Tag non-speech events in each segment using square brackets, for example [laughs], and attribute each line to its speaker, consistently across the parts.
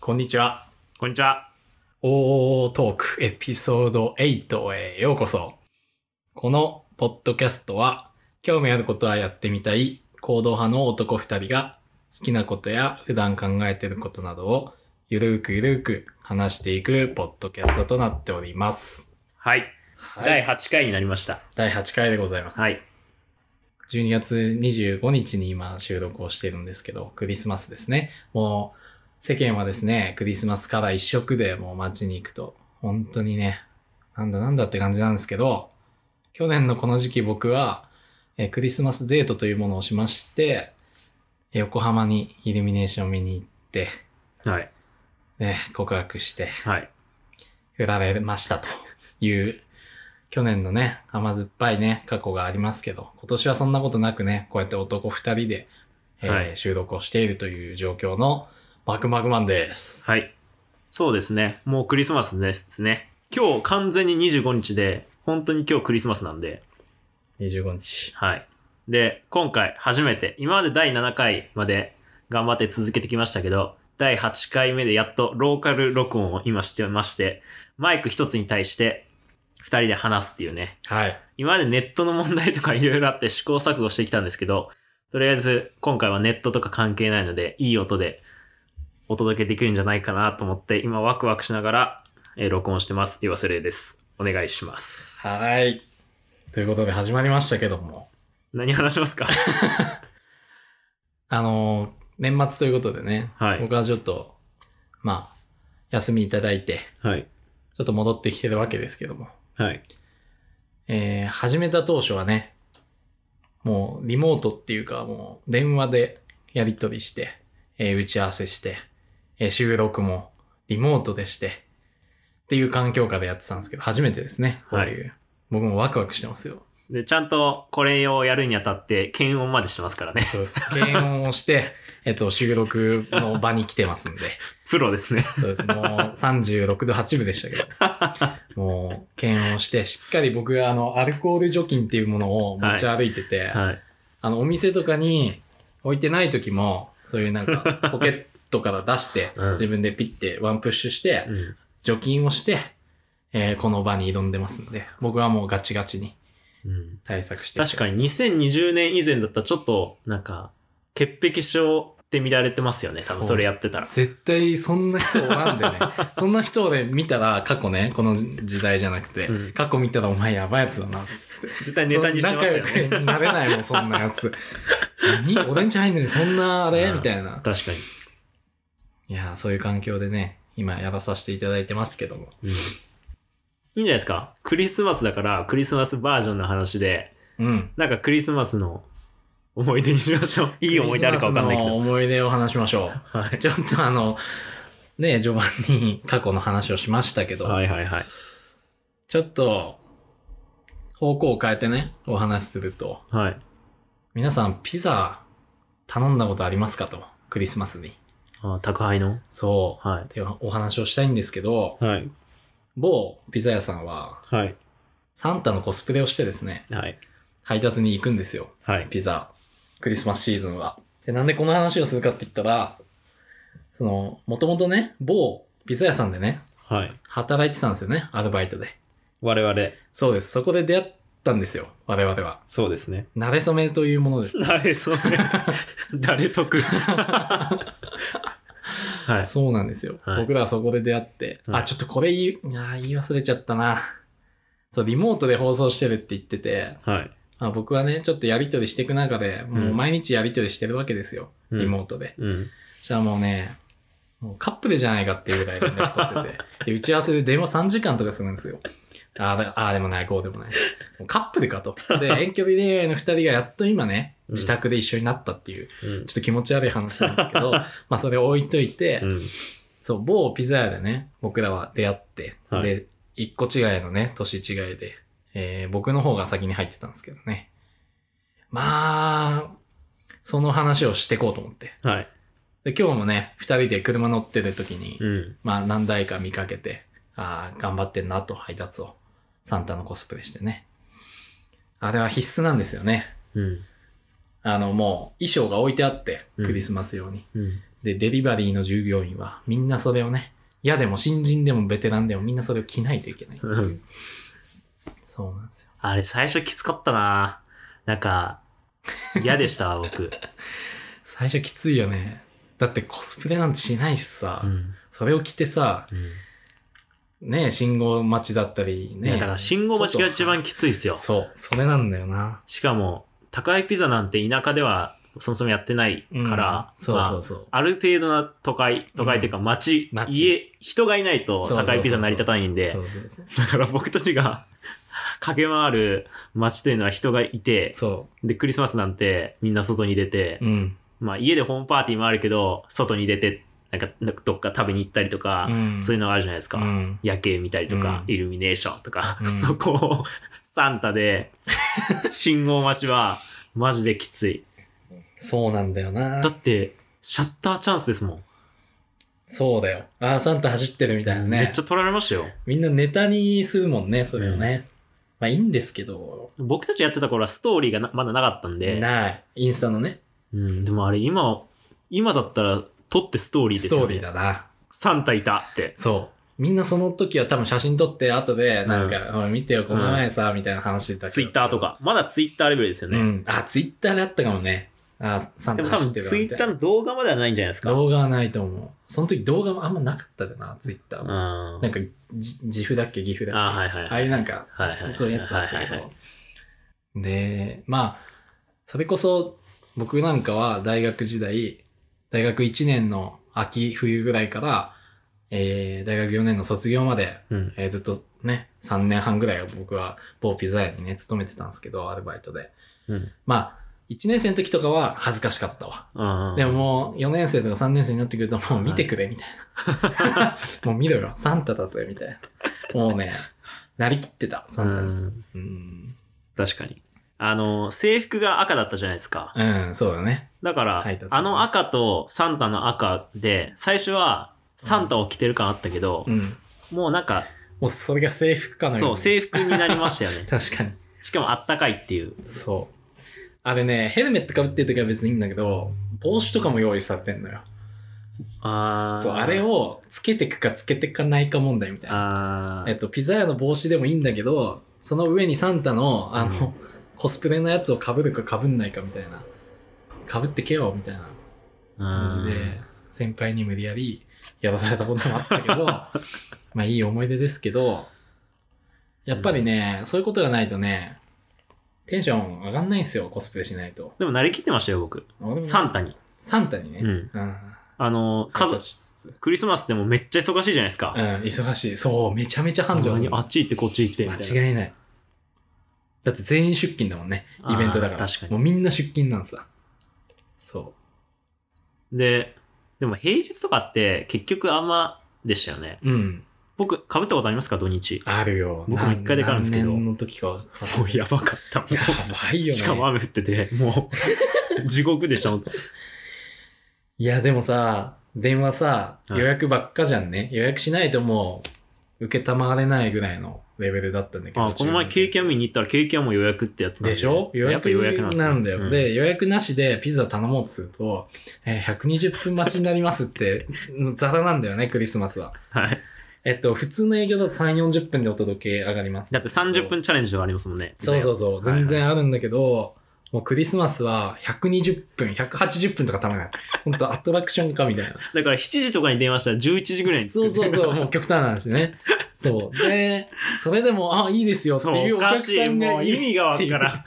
Speaker 1: こんにちは。
Speaker 2: こんにちは。
Speaker 1: OO トークエピソード8へようこそ。このポッドキャストは、興味あることはやってみたい行動派の男二人が、好きなことや普段考えていることなどを、ゆるーくゆるーく話していくポッドキャストとなっております。
Speaker 2: はい。
Speaker 1: はい。
Speaker 2: 第8回になりました。
Speaker 1: 第8回でございます。
Speaker 2: はい。
Speaker 1: 12月25日に今収録をしているんですけど、クリスマスですね。もう、世間はですね、クリスマスから一色でもう街に行くと、本当にね、なんだなんだって感じなんですけど、去年のこの時期僕は、えークリスマスデートというものをしまして、横浜にイルミネーションを見に行って、
Speaker 2: はい。
Speaker 1: ね、告白して、
Speaker 2: はい。
Speaker 1: 振られましたという、去年のね、甘酸っぱいね、過去がありますけど、今年はそんなことなくね、こうやって男二人で、えー
Speaker 2: はい
Speaker 1: 収録をしているという状況のマクマクマンです。
Speaker 2: はい。そうですね。もうクリスマスですね。今日完全に25日で、本当に今日クリスマスなんで、
Speaker 1: 25日。
Speaker 2: はい。で、今回初めて、今まで第7回まで頑張って続けてきましたけど、第8回目でやっとローカル録音を今してまして、マイク一つに対して2人で話すっていうね。
Speaker 1: はい。
Speaker 2: 今までネットの問題とかいろいろあって試行錯誤してきたんですけど、とりあえず今回はネットとか関係ないので、いい音でお届けできるんじゃないかなと思って、今ワクワクしながら、えー録音してます。岩瀬礼です。お願いします。
Speaker 1: はい。ということで始まりましたけども、
Speaker 2: 何話しますか
Speaker 1: あのー年末ということでね、
Speaker 2: はい
Speaker 1: 僕はちょっと、まあ、休みいただいて、
Speaker 2: はい。
Speaker 1: ちょっと戻ってきてるわけですけども、
Speaker 2: はい。
Speaker 1: えー始めた当初はね、もうリモートっていうかもう電話でやり取りして、えー打ち合わせして、えー収録もリモートでして、っていう環境下でやってたんですけど、初めてですね。こういう。僕もワクワクして
Speaker 2: [laughs]
Speaker 1: ますよ。
Speaker 2: で、ちゃんとこれをやるにあたって、検温までしてますからね。 [laughs]
Speaker 1: そうです。検温をして、えっと、収録の場に来てますんで。
Speaker 2: プロですね。
Speaker 1: そうです。もう36度8分でしたけ
Speaker 2: [laughs]
Speaker 1: ど。もう、検温をして、しっかり僕があの、アルコール除菌っていうものを持ち歩いてて、
Speaker 2: はい。
Speaker 1: あの、お店とかに置いてない時も、そういうなん
Speaker 2: [laughs]
Speaker 1: か、ポケットから出して、
Speaker 2: うん
Speaker 1: 自分でピッてワンプッシュして、除菌をして、えーこの場に挑んでますので、僕はもうガチガチに
Speaker 2: うん
Speaker 1: 対策して
Speaker 2: 確か
Speaker 1: に。
Speaker 2: に2020年以前だったらちょっと、なんか、潔癖症って見られてますよね。多分それやってたら。
Speaker 1: 絶対そんな人おらんで
Speaker 2: [laughs]
Speaker 1: ね。そんな人で見たら過去ね、この時代じゃなくて、
Speaker 2: うん
Speaker 1: 過去見たらお前やばいやつだな。
Speaker 2: 絶対ネタにしてましたよ
Speaker 1: そん
Speaker 2: ね。
Speaker 1: 仲良くなれないもん、そんなやつ。何オレンジ入んのにそんなあれ、
Speaker 2: うん
Speaker 1: みたいな。
Speaker 2: 確かに。
Speaker 1: いやー、そういう環境でね、今やらさせていただいてますけども。
Speaker 2: うんいいんじゃないですか。クリスマスだから、クリスマスバージョンの話で、
Speaker 1: うん。
Speaker 2: なんかクリスマスの思い出にしましょ [laughs] う。いい思い出あるかわかんないけ
Speaker 1: クリスマ
Speaker 2: ど。
Speaker 1: スの思い出を話しましょ
Speaker 2: は
Speaker 1: う。[laughs]
Speaker 2: い
Speaker 1: ちょっとあの、ね、序盤に過去の話をしましたけど、
Speaker 2: はいはいはい。
Speaker 1: ちょっと、方向を変えてね、お話しすると、
Speaker 2: はい。
Speaker 1: 皆さんピザ頼んだことありますかと、クリスマスに。
Speaker 2: あ宅配の
Speaker 1: そ
Speaker 2: は
Speaker 1: う。っていうお話をしたいんですけど、
Speaker 2: い。はい。
Speaker 1: 某ピザ屋さんは、
Speaker 2: はい。
Speaker 1: サンタのコスプレをしてですね、
Speaker 2: はい。
Speaker 1: 配達に行くんですよ。
Speaker 2: はい。
Speaker 1: ピザ、クリスマスシーズンは。で、なんでこの話をするかって言ったら、その、もともとね、某ピザ屋さんでね、
Speaker 2: はい。
Speaker 1: 働いてたんですよね、アルバイトで。
Speaker 2: 我々、
Speaker 1: そうです。そこで出会ったんですよ、我々は。
Speaker 2: そうですね。
Speaker 1: 慣れ初めというものです。
Speaker 2: 誰そ [laughs] れ誰 [laughs] 得はい。
Speaker 1: そうなんですよ。
Speaker 2: はい
Speaker 1: 僕らはそこで出会って、
Speaker 2: はい
Speaker 1: あ、ちょっとこれ言い、あー言い忘れちゃったな。そう、リモートで放送してるって言ってて、
Speaker 2: はい。
Speaker 1: まあ、僕はね、ちょっとやりとりしていく中で、もう毎日やりとりしてるわけですよ、
Speaker 2: うん
Speaker 1: リモートで。
Speaker 2: うん。
Speaker 1: じゃあもうね、もうカップルじゃないかっていうぐらい連絡取ってて、で打ち合わせで電話3時間とかするんですよ。ああだ、ああでもない、こうでもない。もうカップルかと。で、遠距離恋愛の2人がやっと今ね、
Speaker 2: うん
Speaker 1: 自宅で一緒になったっていう、
Speaker 2: うん
Speaker 1: ちょっと気持ち悪い話なんですけ
Speaker 2: [laughs]
Speaker 1: ど、まあそれを置いといて、
Speaker 2: うん。
Speaker 1: そう、某ピザ屋でね、僕らは出会って、
Speaker 2: はい
Speaker 1: で、一個違いのね、年違いで、えー僕の方が先に入ってたんですけどね。まあ、その話をしてこうと思って。
Speaker 2: はい。
Speaker 1: で、今日もね、二人で車乗ってる時に、
Speaker 2: うん。
Speaker 1: まあ何台か見かけて、ああ、頑張ってんなと配達を。サンタのコスプレしてね。あれは必須なんですよね。
Speaker 2: うん。
Speaker 1: あの、もう衣装が置いてあって、
Speaker 2: うん
Speaker 1: クリスマス用に。
Speaker 2: うん。
Speaker 1: で、デリバリーの従業員はみんなそれをね、嫌でも新人でもベテランでもみんなそれを着ないといけないっていう
Speaker 2: うん
Speaker 1: そうなんですよ。
Speaker 2: あれ、最初きつかったななんか、嫌
Speaker 1: [laughs]
Speaker 2: でした、僕。
Speaker 1: 最初きついよね。だってコスプレなんてしないしさ、
Speaker 2: うん。
Speaker 1: それを着てさ、
Speaker 2: うん
Speaker 1: ね、信号待ちだったり
Speaker 2: い
Speaker 1: ね。
Speaker 2: やだから信号待ちが一番きついですよ。
Speaker 1: そう、それなんだよな。
Speaker 2: しかも、高いピザなんて田舎ではそもそもやってないから、
Speaker 1: うんそう
Speaker 2: まあ
Speaker 1: そうそう。
Speaker 2: ある程度な都会、都会というか街、
Speaker 1: 街
Speaker 2: 家、人がいないと
Speaker 1: そうそうそう
Speaker 2: 高いピザ成り立たないんで
Speaker 1: そ、うそうそう。
Speaker 2: だから僕たちが駆け回る街というのは人がいて、
Speaker 1: そ
Speaker 2: で、クリスマスなんてみんな外に出て
Speaker 1: う。、うん。
Speaker 2: まあ家でホームパーティーもあるけど、外に出て、なんかなんかどっか食べに行ったりとか、
Speaker 1: うん
Speaker 2: そういうのがあるじゃないですか。
Speaker 1: うん。
Speaker 2: 夜景見たりとか、
Speaker 1: うん
Speaker 2: イルミネーションとか、
Speaker 1: うん
Speaker 2: [laughs] そこをサンタ
Speaker 1: [laughs]
Speaker 2: で、信号待ちはマジできつい。
Speaker 1: そうなんだよな
Speaker 2: だ。って、シャッターチャンスですもん。
Speaker 1: そうだよ。ああ、サンタ走ってるみたいなね。
Speaker 2: めっちゃ取られましたよ。
Speaker 1: みんなネタにするもんね、それをね。まあいいんですけど、
Speaker 2: 僕たちやってた頃はストーリーがなまだなかったんで、
Speaker 1: ない。インスタのね、
Speaker 2: うん、でもあれ今、今だったら撮ってストーリー
Speaker 1: ス
Speaker 2: ですよ、ね。
Speaker 1: トーリーだな。
Speaker 2: サンタいたって。
Speaker 1: そう。みんなその時は多分写真撮って、後で、なんか、おい見てよ、この前さ、みたいな話だけど
Speaker 2: ツイッターと。か。まだツイッターレベルですよ
Speaker 1: う
Speaker 2: ね。
Speaker 1: ん。あ、ツイッターであったかもね。あ、サン
Speaker 2: で
Speaker 1: タ
Speaker 2: も多
Speaker 1: 走っ
Speaker 2: 分
Speaker 1: てる
Speaker 2: ツ
Speaker 1: わ
Speaker 2: イ
Speaker 1: みた
Speaker 2: ッ
Speaker 1: い
Speaker 2: タ
Speaker 1: な
Speaker 2: ーの動画まではないんじゃないですか。
Speaker 1: 動画はないと思う。その時動画もあんまなかったよな、ツイッター
Speaker 2: うん。
Speaker 1: も。
Speaker 2: あ
Speaker 1: なんか、じ自負だっけ、岐阜だっけ。
Speaker 2: あ、はいはいはい。
Speaker 1: ああいうなんか、
Speaker 2: はいはいはい。
Speaker 1: こういうやつだった
Speaker 2: はい
Speaker 1: け
Speaker 2: はいはい
Speaker 1: ど。で、まあ、それこそ、僕なんかは大学時代、大学1年の秋、冬ぐらいから、えー大学4年の卒業まで、
Speaker 2: うん。
Speaker 1: えーずっとね、3年半ぐらいは僕は某ピザ屋にね、勤めてたんですけど、アルバイトで。
Speaker 2: うん
Speaker 1: まあ、1年生の時とかは恥ずかしかったわ。
Speaker 2: うんうん。
Speaker 1: でももう4年生とか3年生になってくるともう見てくれみたいな。 [laughs] もう見ろよ、サンタだぜみたいな。もうね、なりきってた、サンタに。
Speaker 2: うん
Speaker 1: うん、
Speaker 2: 確かに。あの、制服が赤だったじゃないですか。
Speaker 1: うん、そうだね。
Speaker 2: だから
Speaker 1: 配達、
Speaker 2: あの赤とサンタの赤で、最初はサンタを着てる感あったけど
Speaker 1: う、ん。
Speaker 2: もうなんか、
Speaker 1: もうそれが制服かのよ
Speaker 2: そうう、
Speaker 1: に。
Speaker 2: 制服になりましたよね
Speaker 1: [laughs] 確かに。
Speaker 2: しかもあったかいっていう。
Speaker 1: そう。あれね、ヘルメットかぶってる時は別にいいんだけど、帽子とかも用意されてんのよ。
Speaker 2: あー
Speaker 1: そう、あれ。をつけてくかつけてかないか問題みたいな。
Speaker 2: あー
Speaker 1: えっと、ピザ屋の帽子でもいいんだけど、その上にサンタの、あの、コスプレのやつを被るか被んないかみたいな。被ってけよ、みたいな感じで、先輩に無理やりやらされたこともあったけ
Speaker 2: [laughs]
Speaker 1: ど、まあいい思い出ですけど、やっぱりね、そういうことがないとね、テンション上がんないんですよ、コスプレしないと。
Speaker 2: でも慣れきってましたよ、僕。
Speaker 1: 俺も
Speaker 2: サンタに。
Speaker 1: サンタにね。
Speaker 2: うん。
Speaker 1: うん。
Speaker 2: あの、
Speaker 1: 挨
Speaker 2: 家
Speaker 1: 拶しつつ。
Speaker 2: クリスマスでもめっちゃ忙しいじゃないですか
Speaker 1: うん。、忙しい。そう、めちゃめちゃ繁盛す
Speaker 2: 何
Speaker 1: る。
Speaker 2: あっち行ってこっち行ってみたいな。
Speaker 1: 間違いない。だって全員出勤だもんね。
Speaker 2: あー
Speaker 1: イベントだから。
Speaker 2: 確かに
Speaker 1: もうみんな出勤なんさ。そ
Speaker 2: で、でも平日とかって結局あんまでしたよね。
Speaker 1: う。うん。
Speaker 2: 僕、被ったことありますか土日。
Speaker 1: あるよ。
Speaker 2: 僕も一回でかいんですけど
Speaker 1: 何年の時かは。
Speaker 2: もうやばかった。もう
Speaker 1: やばいよね。
Speaker 2: しかも雨降ってて、もう地獄でしたもん。
Speaker 1: いや、でもさ、電話さ、
Speaker 2: はい
Speaker 1: 予約ばっかじゃんね。予約しないともう、受けたまわれないぐらいのレベルだったんだけど。
Speaker 2: あこの前ケーキ屋見に行ったらケーキ屋も予約ってやってたん
Speaker 1: でしょ予
Speaker 2: やっぱ
Speaker 1: 約
Speaker 2: 予約なんですね
Speaker 1: なんだよ。
Speaker 2: うん
Speaker 1: で、予約なしでピザ頼もうとすると、えー120分待ちになりますって、 [laughs] ザラなんだよね、クリスマスは。
Speaker 2: はい。
Speaker 1: えっと、普通の営業だと3、40分でお届け上がります。
Speaker 2: だって30分チャレンジとかありますもんね。
Speaker 1: そうそうそう、全
Speaker 2: はい
Speaker 1: 然あるんだけど、もうクリスマスは120分、180分とかたまらない。ほんとアトラクションかみたいな。
Speaker 2: だから7時とかに電話したら11時ぐらいに
Speaker 1: そうそうそう、もう極端なんですね。そう。で、それでも、あ、いいですよって
Speaker 2: [laughs] そう
Speaker 1: い、う
Speaker 2: お
Speaker 1: お
Speaker 2: か
Speaker 1: 客
Speaker 2: しい。
Speaker 1: さん
Speaker 2: も
Speaker 1: が
Speaker 2: う
Speaker 1: い
Speaker 2: 意
Speaker 1: る。
Speaker 2: 味がわからん。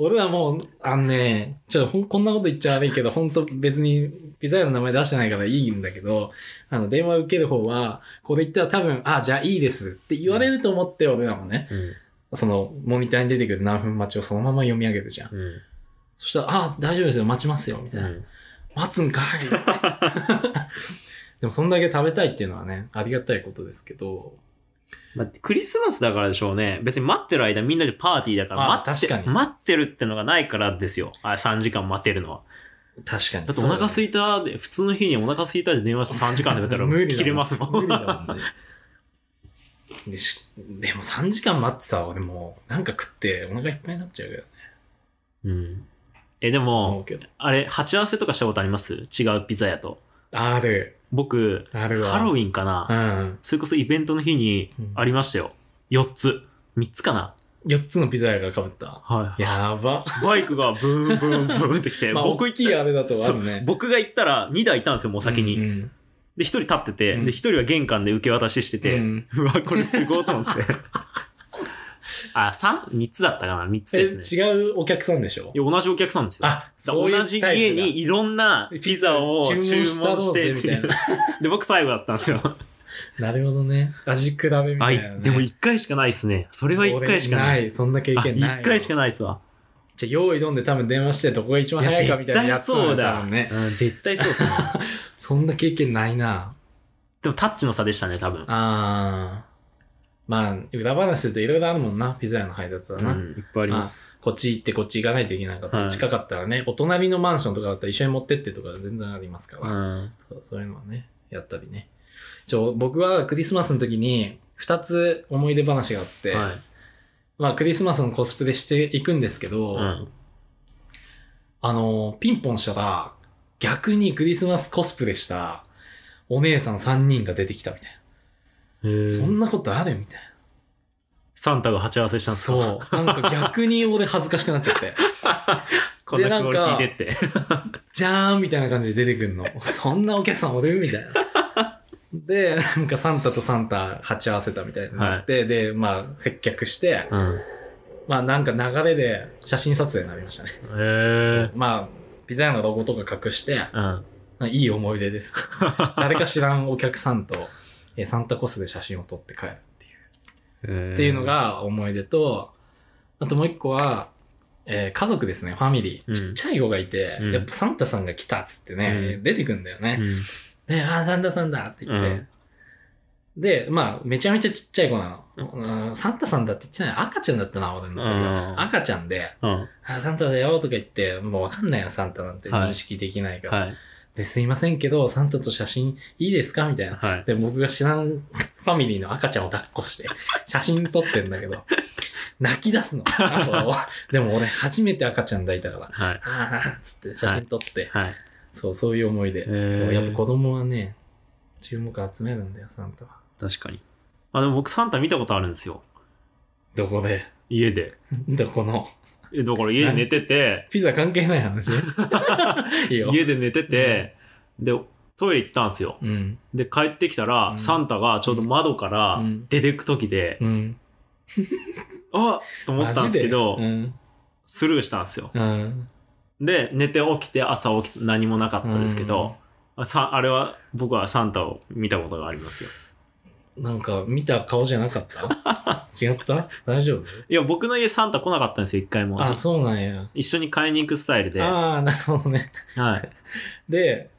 Speaker 1: 俺はもう、あのね、ちょっとほんこんなこと言っちゃ悪いけど、本当別にピザ屋の名前出してないからいいんだけど、あの、電話受ける方は、これ言ったら多分、あ、じゃあいいですって言われると思って、俺らもね、
Speaker 2: うん
Speaker 1: その、モニターに出てくる何分待ちをそのまま読み上げるじゃん。
Speaker 2: うん
Speaker 1: そしたら、あ、大丈夫ですよ、待ちますよ、みた
Speaker 2: う
Speaker 1: いな。
Speaker 2: ん
Speaker 1: 待つんか
Speaker 2: [laughs]
Speaker 1: いでも、そんだけ食べたいっていうのはね、ありがたいことですけど、
Speaker 2: まあクリスマスだからでしょうね。別に待ってる間みんなでパーティーだから
Speaker 1: あ
Speaker 2: 待って
Speaker 1: 確かに
Speaker 2: 待ってるってのがないからですよ。あ3時間待てるのは。
Speaker 1: 確かに。
Speaker 2: だってお腹すいたで、普通の日にお腹すいたで電話して3時間でやったら
Speaker 1: [laughs] 無理だもん
Speaker 2: 切れますもん。
Speaker 1: 無理だもんね。でしでも3時間待ってさ、俺もうなんか食ってお腹いっぱいになっちゃうけどね。
Speaker 2: [laughs] うん。え、で
Speaker 1: 思
Speaker 2: も
Speaker 1: う、けど。
Speaker 2: あれ、鉢合わせとかしたことあります違うピザ屋と。
Speaker 1: ある。
Speaker 2: 僕、
Speaker 1: あるわ。
Speaker 2: ハロウ
Speaker 1: ィ
Speaker 2: ィンかな、
Speaker 1: うん。
Speaker 2: それこそイベントの日に
Speaker 1: うん
Speaker 2: ありましたよ。4つ。3つかな
Speaker 1: 4つのピザ屋が被った。
Speaker 2: はい。
Speaker 1: やば。
Speaker 2: バイクがブーンブーンブーンってき
Speaker 1: [laughs]
Speaker 2: て、
Speaker 1: まあ、
Speaker 2: 僕
Speaker 1: 大きいあれだとあ
Speaker 2: そう
Speaker 1: るね。
Speaker 2: 僕が行ったら2台いたんですよ、もう先に。
Speaker 1: うん
Speaker 2: で、
Speaker 1: うん
Speaker 2: 1人立ってて、
Speaker 1: うん
Speaker 2: で、1人は玄関で受け渡ししてて、
Speaker 1: う
Speaker 2: [laughs] うんわ、これすごいと思って。 [laughs] あ、三3つだったかな ?3 つ
Speaker 1: え、
Speaker 2: ですね。
Speaker 1: 違うお客さんでしょ
Speaker 2: いや同じお客さんですよ。
Speaker 1: あ、
Speaker 2: だ
Speaker 1: そういう
Speaker 2: 同じ
Speaker 1: タ
Speaker 2: 家
Speaker 1: イプだ
Speaker 2: にいろんなピザを注文して
Speaker 1: 注文したろうぜみた
Speaker 2: で、僕最後だったんですよ。
Speaker 1: なるほどね。味比べみたいな、
Speaker 2: あ
Speaker 1: ね
Speaker 2: い。でも1回しかないですね。それは1回しかない。
Speaker 1: 俺そんな経
Speaker 2: あ
Speaker 1: 験ないわ。
Speaker 2: 1回しかないですわ。
Speaker 1: じゃあ、用意どんで多分電話してどこが一番
Speaker 2: いや
Speaker 1: 早いかみたいなやつ
Speaker 2: 絶対そうだ
Speaker 1: 多分ね。
Speaker 2: うん、絶対そうで
Speaker 1: [laughs]
Speaker 2: すね。
Speaker 1: そんな経験ないな。
Speaker 2: でもタッチの差でしたね、多分。
Speaker 1: あー。まあ、裏話するといろいろあるもんな、ピザ屋の配達は
Speaker 2: う
Speaker 1: な。
Speaker 2: ん、いっぱいあります。
Speaker 1: こっち行ってこっち行かないといけなかったり、
Speaker 2: はい
Speaker 1: 近かったらね、お隣のマンションとかだったら一緒に持ってってとか全然ありますから、
Speaker 2: うん。
Speaker 1: そうそういうのはね、やったりね。ちょ、僕はクリスマスの時に2つ思い出話があって、
Speaker 2: はい。
Speaker 1: まあクリスマスのコスプレしていくんですけど、
Speaker 2: うん。
Speaker 1: あの、ピンポンしたら、逆にクリスマスコスプレしたお姉さん3人が出てきたみたい
Speaker 2: へー
Speaker 1: な。そんなことあるみたい
Speaker 2: サンタが鉢合わせしたん
Speaker 1: な。
Speaker 2: ですか
Speaker 1: そう。なんか逆に俺恥ずかしくなっちゃって。 [laughs]
Speaker 2: こんなクオリティでって。
Speaker 1: じゃーんみたいな感じで出てくんの。 [laughs] そんなお客さんおるみたいな。で、なんかサンタとサンタ鉢合わせたみたいになって、で、まあ接客して、
Speaker 2: うん。
Speaker 1: まあなんか流れで写真撮影になりましたね。
Speaker 2: へー
Speaker 1: まあ、ピザ屋のロゴとか隠して、
Speaker 2: うん。
Speaker 1: いい思い出
Speaker 2: [laughs]
Speaker 1: です。誰か知らんお客さんと、えーサンタコスで写真を撮って帰るっていう。
Speaker 2: っ
Speaker 1: っていうの、が思い出と、あともう一個は、えー家族ですね、ファミリー。
Speaker 2: うん
Speaker 1: ちっちゃい子がいて、
Speaker 2: うん
Speaker 1: やっぱサンタさんが来たっつってね、
Speaker 2: うん
Speaker 1: 出てくんだよ
Speaker 2: う
Speaker 1: ね。
Speaker 2: ん
Speaker 1: で、あーサンタさんだって言って。
Speaker 2: うん
Speaker 1: で、まあ、めちゃめちゃちっちゃい子なの。うんサンタさんだって言ってない。赤ちゃんだったな、俺の時は。
Speaker 2: うん
Speaker 1: 赤ちゃんで、
Speaker 2: うん。
Speaker 1: あーサンタだよとか言って、もうわかんないよ、サンタなんて。
Speaker 2: はい
Speaker 1: 認識できないから。
Speaker 2: はい。
Speaker 1: ですいませんけど、サンタと写真いいですかみたいな。
Speaker 2: はい。
Speaker 1: で、僕が知らんファミリーの赤ちゃんを抱っこ
Speaker 2: [laughs]
Speaker 1: して、写真撮ってんだけど、泣き出すの。あそうでも俺初めて赤ちゃん抱いたから、
Speaker 2: はい。
Speaker 1: あーあーっつって写真撮って、
Speaker 2: はい。
Speaker 1: そう、そういう思い出。
Speaker 2: ー
Speaker 1: そう、やっぱ子供はね、注目集めるんだよ、サンタは。
Speaker 2: 確かに。あ、でも僕サンタ見たことあるんですよ。
Speaker 1: どこ
Speaker 2: [laughs]
Speaker 1: で
Speaker 2: 家で。
Speaker 1: どこの
Speaker 2: えだから家で寝てて、
Speaker 1: ピザ関係ない
Speaker 2: [laughs]
Speaker 1: 話いいよ。
Speaker 2: 家で寝てて、で、トイレ行ったんですよ。
Speaker 1: うん。
Speaker 2: で、帰ってきた
Speaker 1: う
Speaker 2: ら、
Speaker 1: ん
Speaker 2: サンタがちょうど窓から
Speaker 1: うん
Speaker 2: 出てく時で、
Speaker 1: うん。
Speaker 2: あと思ったんですけど
Speaker 1: マ、ジで
Speaker 2: スルーしたんですよ。
Speaker 1: うん。うん。
Speaker 2: で、寝て起きて朝起きて何もなかったですけど、あさあれは僕はサンタを見たことがありますよ。
Speaker 1: なんか見た顔じゃなかった
Speaker 2: [laughs]
Speaker 1: 違った大丈夫
Speaker 2: いや、僕の家サンタ来なかったんですよ、一回も。
Speaker 1: あ、そうなんや。
Speaker 2: 一緒に買いに行くスタイルで、は
Speaker 1: ああ、なるほどね。
Speaker 2: い。
Speaker 1: で、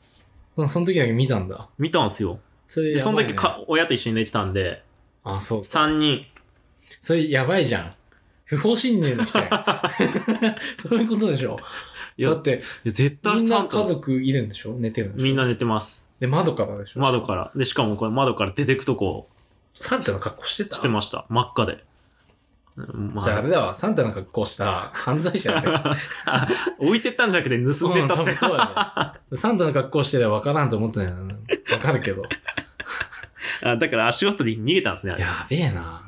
Speaker 1: そその時だけ見たんだ。
Speaker 2: 見たんですよ。
Speaker 1: それ
Speaker 2: で、
Speaker 1: やばい、ね、
Speaker 2: その時か、親と一緒に寝てたんで、
Speaker 1: あ、そう。
Speaker 2: 3人、
Speaker 1: それやばいじゃん。不法侵入の人
Speaker 2: [laughs]
Speaker 1: や。そういうことでしょ。
Speaker 2: いや
Speaker 1: だって、
Speaker 2: 絶対
Speaker 1: みん
Speaker 2: サ
Speaker 1: な
Speaker 2: ンタ
Speaker 1: 家族いるんでしょ寝てるんでしょ
Speaker 2: みんな寝てます。
Speaker 1: で、窓からでしょ
Speaker 2: 窓から。で、しかもこれ窓から出てくとこ
Speaker 1: サンタの格好してた
Speaker 2: してました。真っ赤で。うんま
Speaker 1: じゃああれだわ、サンタの格好した犯罪者だ
Speaker 2: [laughs]
Speaker 1: ね。
Speaker 2: あ、置いてったんじゃなくて盗ん
Speaker 1: う
Speaker 2: で
Speaker 1: ん、
Speaker 2: た
Speaker 1: 多
Speaker 2: って
Speaker 1: 分。そうだね。サンタの格好してりゃ分からんと思ったんやな。分かるけど。
Speaker 2: あだから足音で逃げたんですね、あれ。い
Speaker 1: やべえな。
Speaker 2: や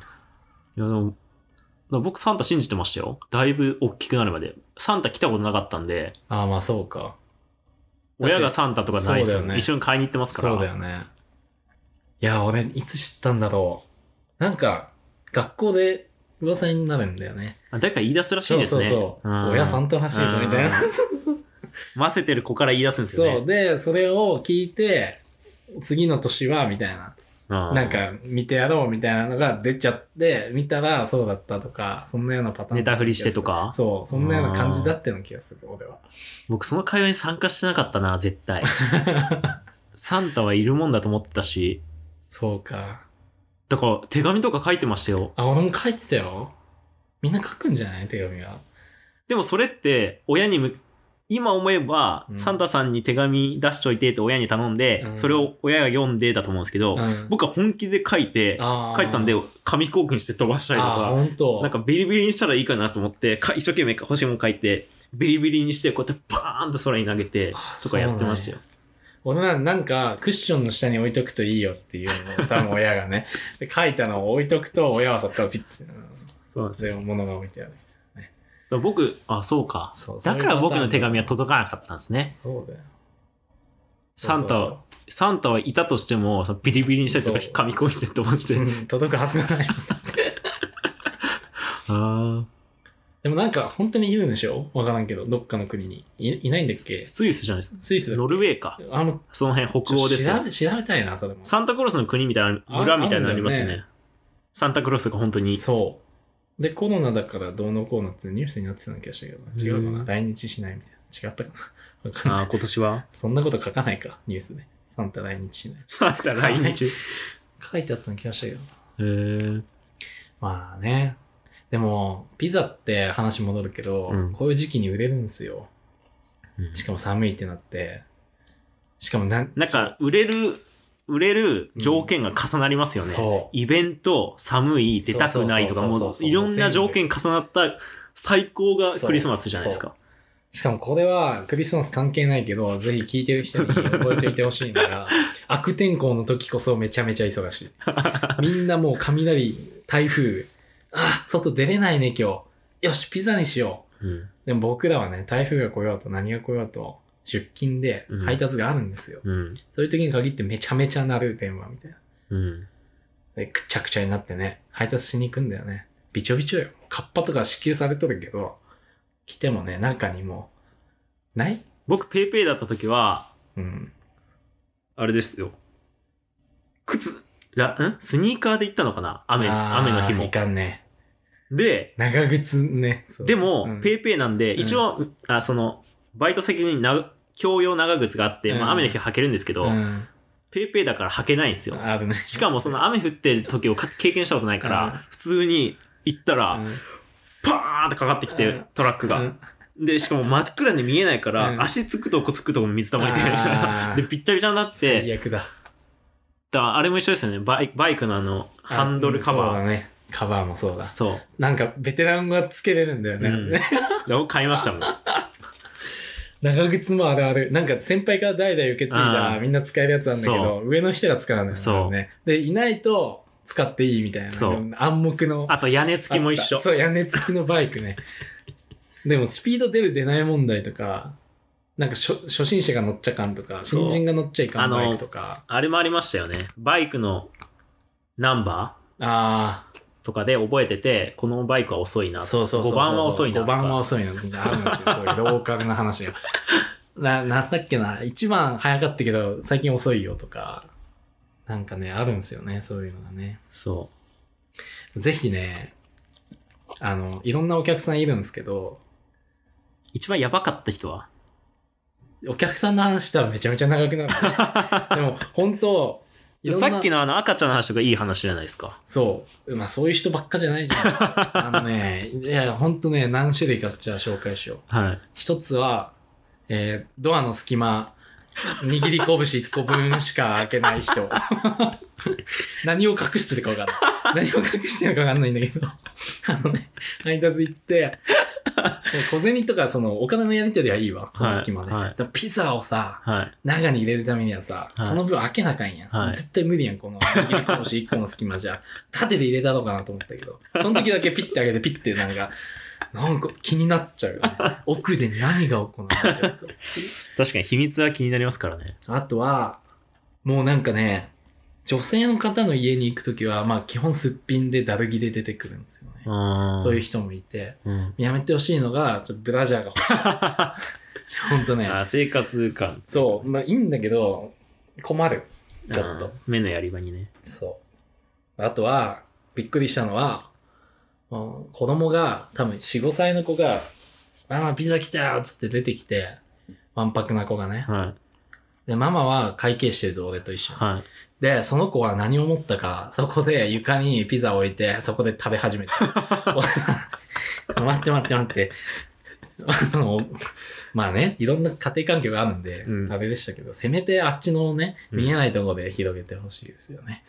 Speaker 2: でもだから僕サンタ信じてましたよ。だいぶ大きくなるまで。サンタ来たことなかったんで、
Speaker 1: ああ、まあそうか。だって
Speaker 2: 親がサンタとかないです
Speaker 1: そう
Speaker 2: よ
Speaker 1: だよね
Speaker 2: 一緒に買いに行ってますから。
Speaker 1: そうだよね。いや、俺、いつ知ったんだろう。なんか、学校で噂になるんだよね。
Speaker 2: あ誰か言い出すらしい
Speaker 1: そう
Speaker 2: です
Speaker 1: そう
Speaker 2: ね。
Speaker 1: そう。
Speaker 2: ん
Speaker 1: 親さんとらしいぞ、みたいな。 [laughs]
Speaker 2: うんませてる子から言い出すんですよね。
Speaker 1: そう。で、それを聞いて、次の年は、みたいな。
Speaker 2: うん
Speaker 1: なん、か、見てやろう、みたいなのが出ちゃって、見たら、そうだったとか、そんなようなパターン。
Speaker 2: ネタ振りしてと。か。
Speaker 1: そう、そんなような感じだったような気がする、俺は。
Speaker 2: 僕その会話に参加してなかったな、絶
Speaker 1: [laughs]
Speaker 2: 対。サンタはいるもんだと思ってたし、
Speaker 1: そうか。
Speaker 2: だから手紙とか書いてましたよ。
Speaker 1: あ、俺も書いてたよ。みんな書くんじゃない手紙は。
Speaker 2: でもそれって、親にむ、今思えば、
Speaker 1: うん
Speaker 2: サンタさんに手紙出しといてって親に頼んで、
Speaker 1: うん
Speaker 2: それを親が読んでだと思うんですけど、
Speaker 1: うん
Speaker 2: 僕は本気で書いて、
Speaker 1: あー
Speaker 2: 書いてたんで、紙飛行機にして飛ばしたりと
Speaker 1: あー、
Speaker 2: か、
Speaker 1: 本当
Speaker 2: なんかビリビリにしたらいいかなと思って、か一生懸命欲しいもん書いて、ビリビリにして、こうやってバーンと空に投げて
Speaker 1: あ、
Speaker 2: とかやってましたよ。
Speaker 1: 俺らなんかクッションの下に置いとくといいよっていうのを多分親がね。
Speaker 2: [laughs]
Speaker 1: で、書いたのを置いとくと親はそこからピッツ、
Speaker 2: そうなんです
Speaker 1: そういうものが置いてある。
Speaker 2: よ。僕、あ、そうか。
Speaker 1: そう
Speaker 2: だから僕の手紙は
Speaker 1: と
Speaker 2: 届かなかったんですね。
Speaker 1: そうだよ。
Speaker 2: サンタ
Speaker 1: そう
Speaker 2: [laughs] は、サンタはいたとしても、そのビリビリにしたりとか
Speaker 1: そう、
Speaker 2: 紙飛行機で飛ばして
Speaker 1: そうそう。うん届くはずがない。
Speaker 2: ああ。
Speaker 1: でもなんか本当にいるんでしょわからんけど、どっかの国に。いいないんだっけ
Speaker 2: スイスじゃないですか。
Speaker 1: スイスだ
Speaker 2: ノルウェーか。
Speaker 1: あの、
Speaker 2: その辺、北欧です
Speaker 1: ちょっと。調
Speaker 2: よ
Speaker 1: べ調べたいな、それも。
Speaker 2: サンタクロースの国みたいな、村みたいなのありますよ
Speaker 1: あある
Speaker 2: ね。サンタクロースが本当に。
Speaker 1: そう。で、コロナだからどうのこうのってニュースになってたの気がしたけどな、違うか
Speaker 2: う
Speaker 1: なん来日しないみたいな。違ったかなわかんない
Speaker 2: ああ、今年は
Speaker 1: そんなこと書かないか、ニュースで。サンタ来日しない。
Speaker 2: [laughs] サンタ来日。へ
Speaker 1: [laughs] 書いてあったの気がしたけどな。
Speaker 2: え。
Speaker 1: まあね。でも、ピザって話戻るけど、
Speaker 2: うん
Speaker 1: こういう時期に売れるんですよ。しかも寒いってなって。しかもなん、
Speaker 2: なんか、売れる、売れる条件が重なりますよね。
Speaker 1: そ
Speaker 2: イベント、寒い、出たくないとか、
Speaker 1: そうそうそうそう
Speaker 2: もういろんな条件重なった最高がクリスマスじゃないですか。
Speaker 1: う。しかもこれはクリスマス関係ないけど、ぜひ聞いてる人に覚えておいてほしいの
Speaker 2: [laughs]
Speaker 1: が、悪天候の時こそめちゃめちゃ忙しい。みんなもう雷、台風、あ、外出れないね今日。よし、ピザにしよう。
Speaker 2: うん
Speaker 1: でも僕らはね、台風が来ようと何が来ようと、出勤で
Speaker 2: うん
Speaker 1: 配達があるんですよ。
Speaker 2: うん。
Speaker 1: そういう時に限ってめちゃめちゃなる電話みたいな。
Speaker 2: うん。
Speaker 1: で、くちゃくちゃになってね、配達しに行くんだよね。びちょびちょよ。カッパとか支給されとるけど、来てもね、中にもう、ない
Speaker 2: 僕、ペイペイだった時は、
Speaker 1: うん。
Speaker 2: あれですよ。靴、らんスニーカーで行ったのかな雨、
Speaker 1: あー
Speaker 2: 雨の日
Speaker 1: い
Speaker 2: も。
Speaker 1: かんね。
Speaker 2: で、
Speaker 1: 長靴ね。そう
Speaker 2: でも、
Speaker 1: うん
Speaker 2: ペイペイなんで、
Speaker 1: うん
Speaker 2: 一応、あその、バイト先にな、共用長靴があって、ま
Speaker 1: うん
Speaker 2: あ雨の日履けるんですけど、
Speaker 1: うん。
Speaker 2: ペイペイだから履けないんですよ。
Speaker 1: あるね。
Speaker 2: しかもその雨降ってる時をか経験したことないか
Speaker 1: うん
Speaker 2: ら、普通に行ったら、
Speaker 1: うん
Speaker 2: パーンってかかってき
Speaker 1: うん
Speaker 2: て、トラック
Speaker 1: う
Speaker 2: が。
Speaker 1: ん
Speaker 2: で、しかも真っ暗で見えないか
Speaker 1: うん
Speaker 2: ら、足つくとこつくとこ水溜まりみたい
Speaker 1: あ
Speaker 2: な。
Speaker 1: ー
Speaker 2: で、びっちゃびちゃになって、
Speaker 1: 最悪だ。
Speaker 2: だからあれも一緒ですよね。バイバイクのあの、ハンドルカ
Speaker 1: あうん
Speaker 2: バ
Speaker 1: そうだね。カバーもそう
Speaker 2: ー。
Speaker 1: だ。
Speaker 2: そう。
Speaker 1: なんか、ベテランがつけれるんだよね。
Speaker 2: うんで僕買いましたもん。
Speaker 1: 長靴もあるある。なんか先輩から代々受け継いだ
Speaker 2: う
Speaker 1: みんな使えるやつなんだけ
Speaker 2: そ
Speaker 1: ど、上の人が使わないんだよね。で、いないと使っていいみたいな。
Speaker 2: そう
Speaker 1: 暗黙の。
Speaker 2: あと屋根付きも一
Speaker 1: あっ
Speaker 2: 緒
Speaker 1: た。そう、屋根付きのバイ
Speaker 2: [laughs]
Speaker 1: クね。でもスピード出る出ない問題とか、なんか初初心者が乗っちゃかんとか、
Speaker 2: そう
Speaker 1: 新人が乗っちゃいか
Speaker 2: あ
Speaker 1: ん
Speaker 2: の
Speaker 1: バイクとか。
Speaker 2: あれもありましたよね。バイクのナンバ
Speaker 1: ああ、
Speaker 2: ーとかで覚えてて、このバイクは遅いな。
Speaker 1: そうそうそうそう。
Speaker 2: 5番は遅いな。
Speaker 1: 5番は遅いな。みたいなあるんですよ。そういうローカルな話が。 [laughs] な、なんだっけな。1番早かったけど、最近遅いよとか。なんかね、あるんですよね。そういうのがね。
Speaker 2: そ
Speaker 1: ぜひね、あの、いろんなお客さんいるんですけど、
Speaker 2: う。一番やばかった人は
Speaker 1: お客さんの話したらめちゃめちゃ長くな
Speaker 2: [laughs]
Speaker 1: る。でも、本当いろんな
Speaker 2: さっきのあの赤ちゃんの話とかいい話じゃないですか。
Speaker 1: そう。まあ、そういう人ばっかじゃないじゃん。あのね、いや、本当ね、何種類かじゃあ紹介しよう。
Speaker 2: はい。
Speaker 1: 一つは、えードアの隙間、握り拳1個分しか開けない人。 [laughs] 何を隠してるか分かんない。何を隠してるか分かんないんだけど。 [laughs] あのね、配達行
Speaker 2: [laughs]
Speaker 1: って、小銭とか、その、お金のやり取りはいいわ、その隙間で。
Speaker 2: はいはい
Speaker 1: だからピザをさ、
Speaker 2: はい。
Speaker 1: 中に入れるためにはさ、
Speaker 2: はい
Speaker 1: その分開けなあかんやん。
Speaker 2: はい
Speaker 1: 絶対無理やん、この握り拳1個の隙間じゃ。縦で入れたのかなと思ったけど、その時だけピッて開けて、ピッてなんか、なんか気になっちゃうよね。奥で何が行われてるか。
Speaker 2: 確かに秘密は気になりますからね。
Speaker 1: あとは、もうなんかね、女性の方の家に行く時は、まあ基本すっぴんでだるぎで出てくるんですよね。そういう
Speaker 2: 人。
Speaker 1: 人もいて、
Speaker 2: うん。
Speaker 1: やめてほしいのが、ちょっとブラジャーが欲
Speaker 2: [laughs]
Speaker 1: しい。ほんとね、
Speaker 2: あ生活感。
Speaker 1: そう、まあいいんだけど、困る。ちょっと
Speaker 2: うん。。目のやり場にね。
Speaker 1: そう。あとは、びっくりしたのは、うん子供が、多分4、5歳の子が、ママピザ来たよっつって出てきて、わんぱくな子がね。
Speaker 2: はい。
Speaker 1: で、ママは会計してると俺と一緒に。
Speaker 2: はい。
Speaker 1: で、その子は何を思ったか、そこで床にピザを置いて、そこで食べ
Speaker 2: [laughs]
Speaker 1: 始めた。お待って待って待って。その、まあね、いろんな家庭環境があるんで、
Speaker 2: うん
Speaker 1: あれでしたけど、せめてあっちのね、
Speaker 2: うん
Speaker 1: 見えないところで広げてほしいですよね。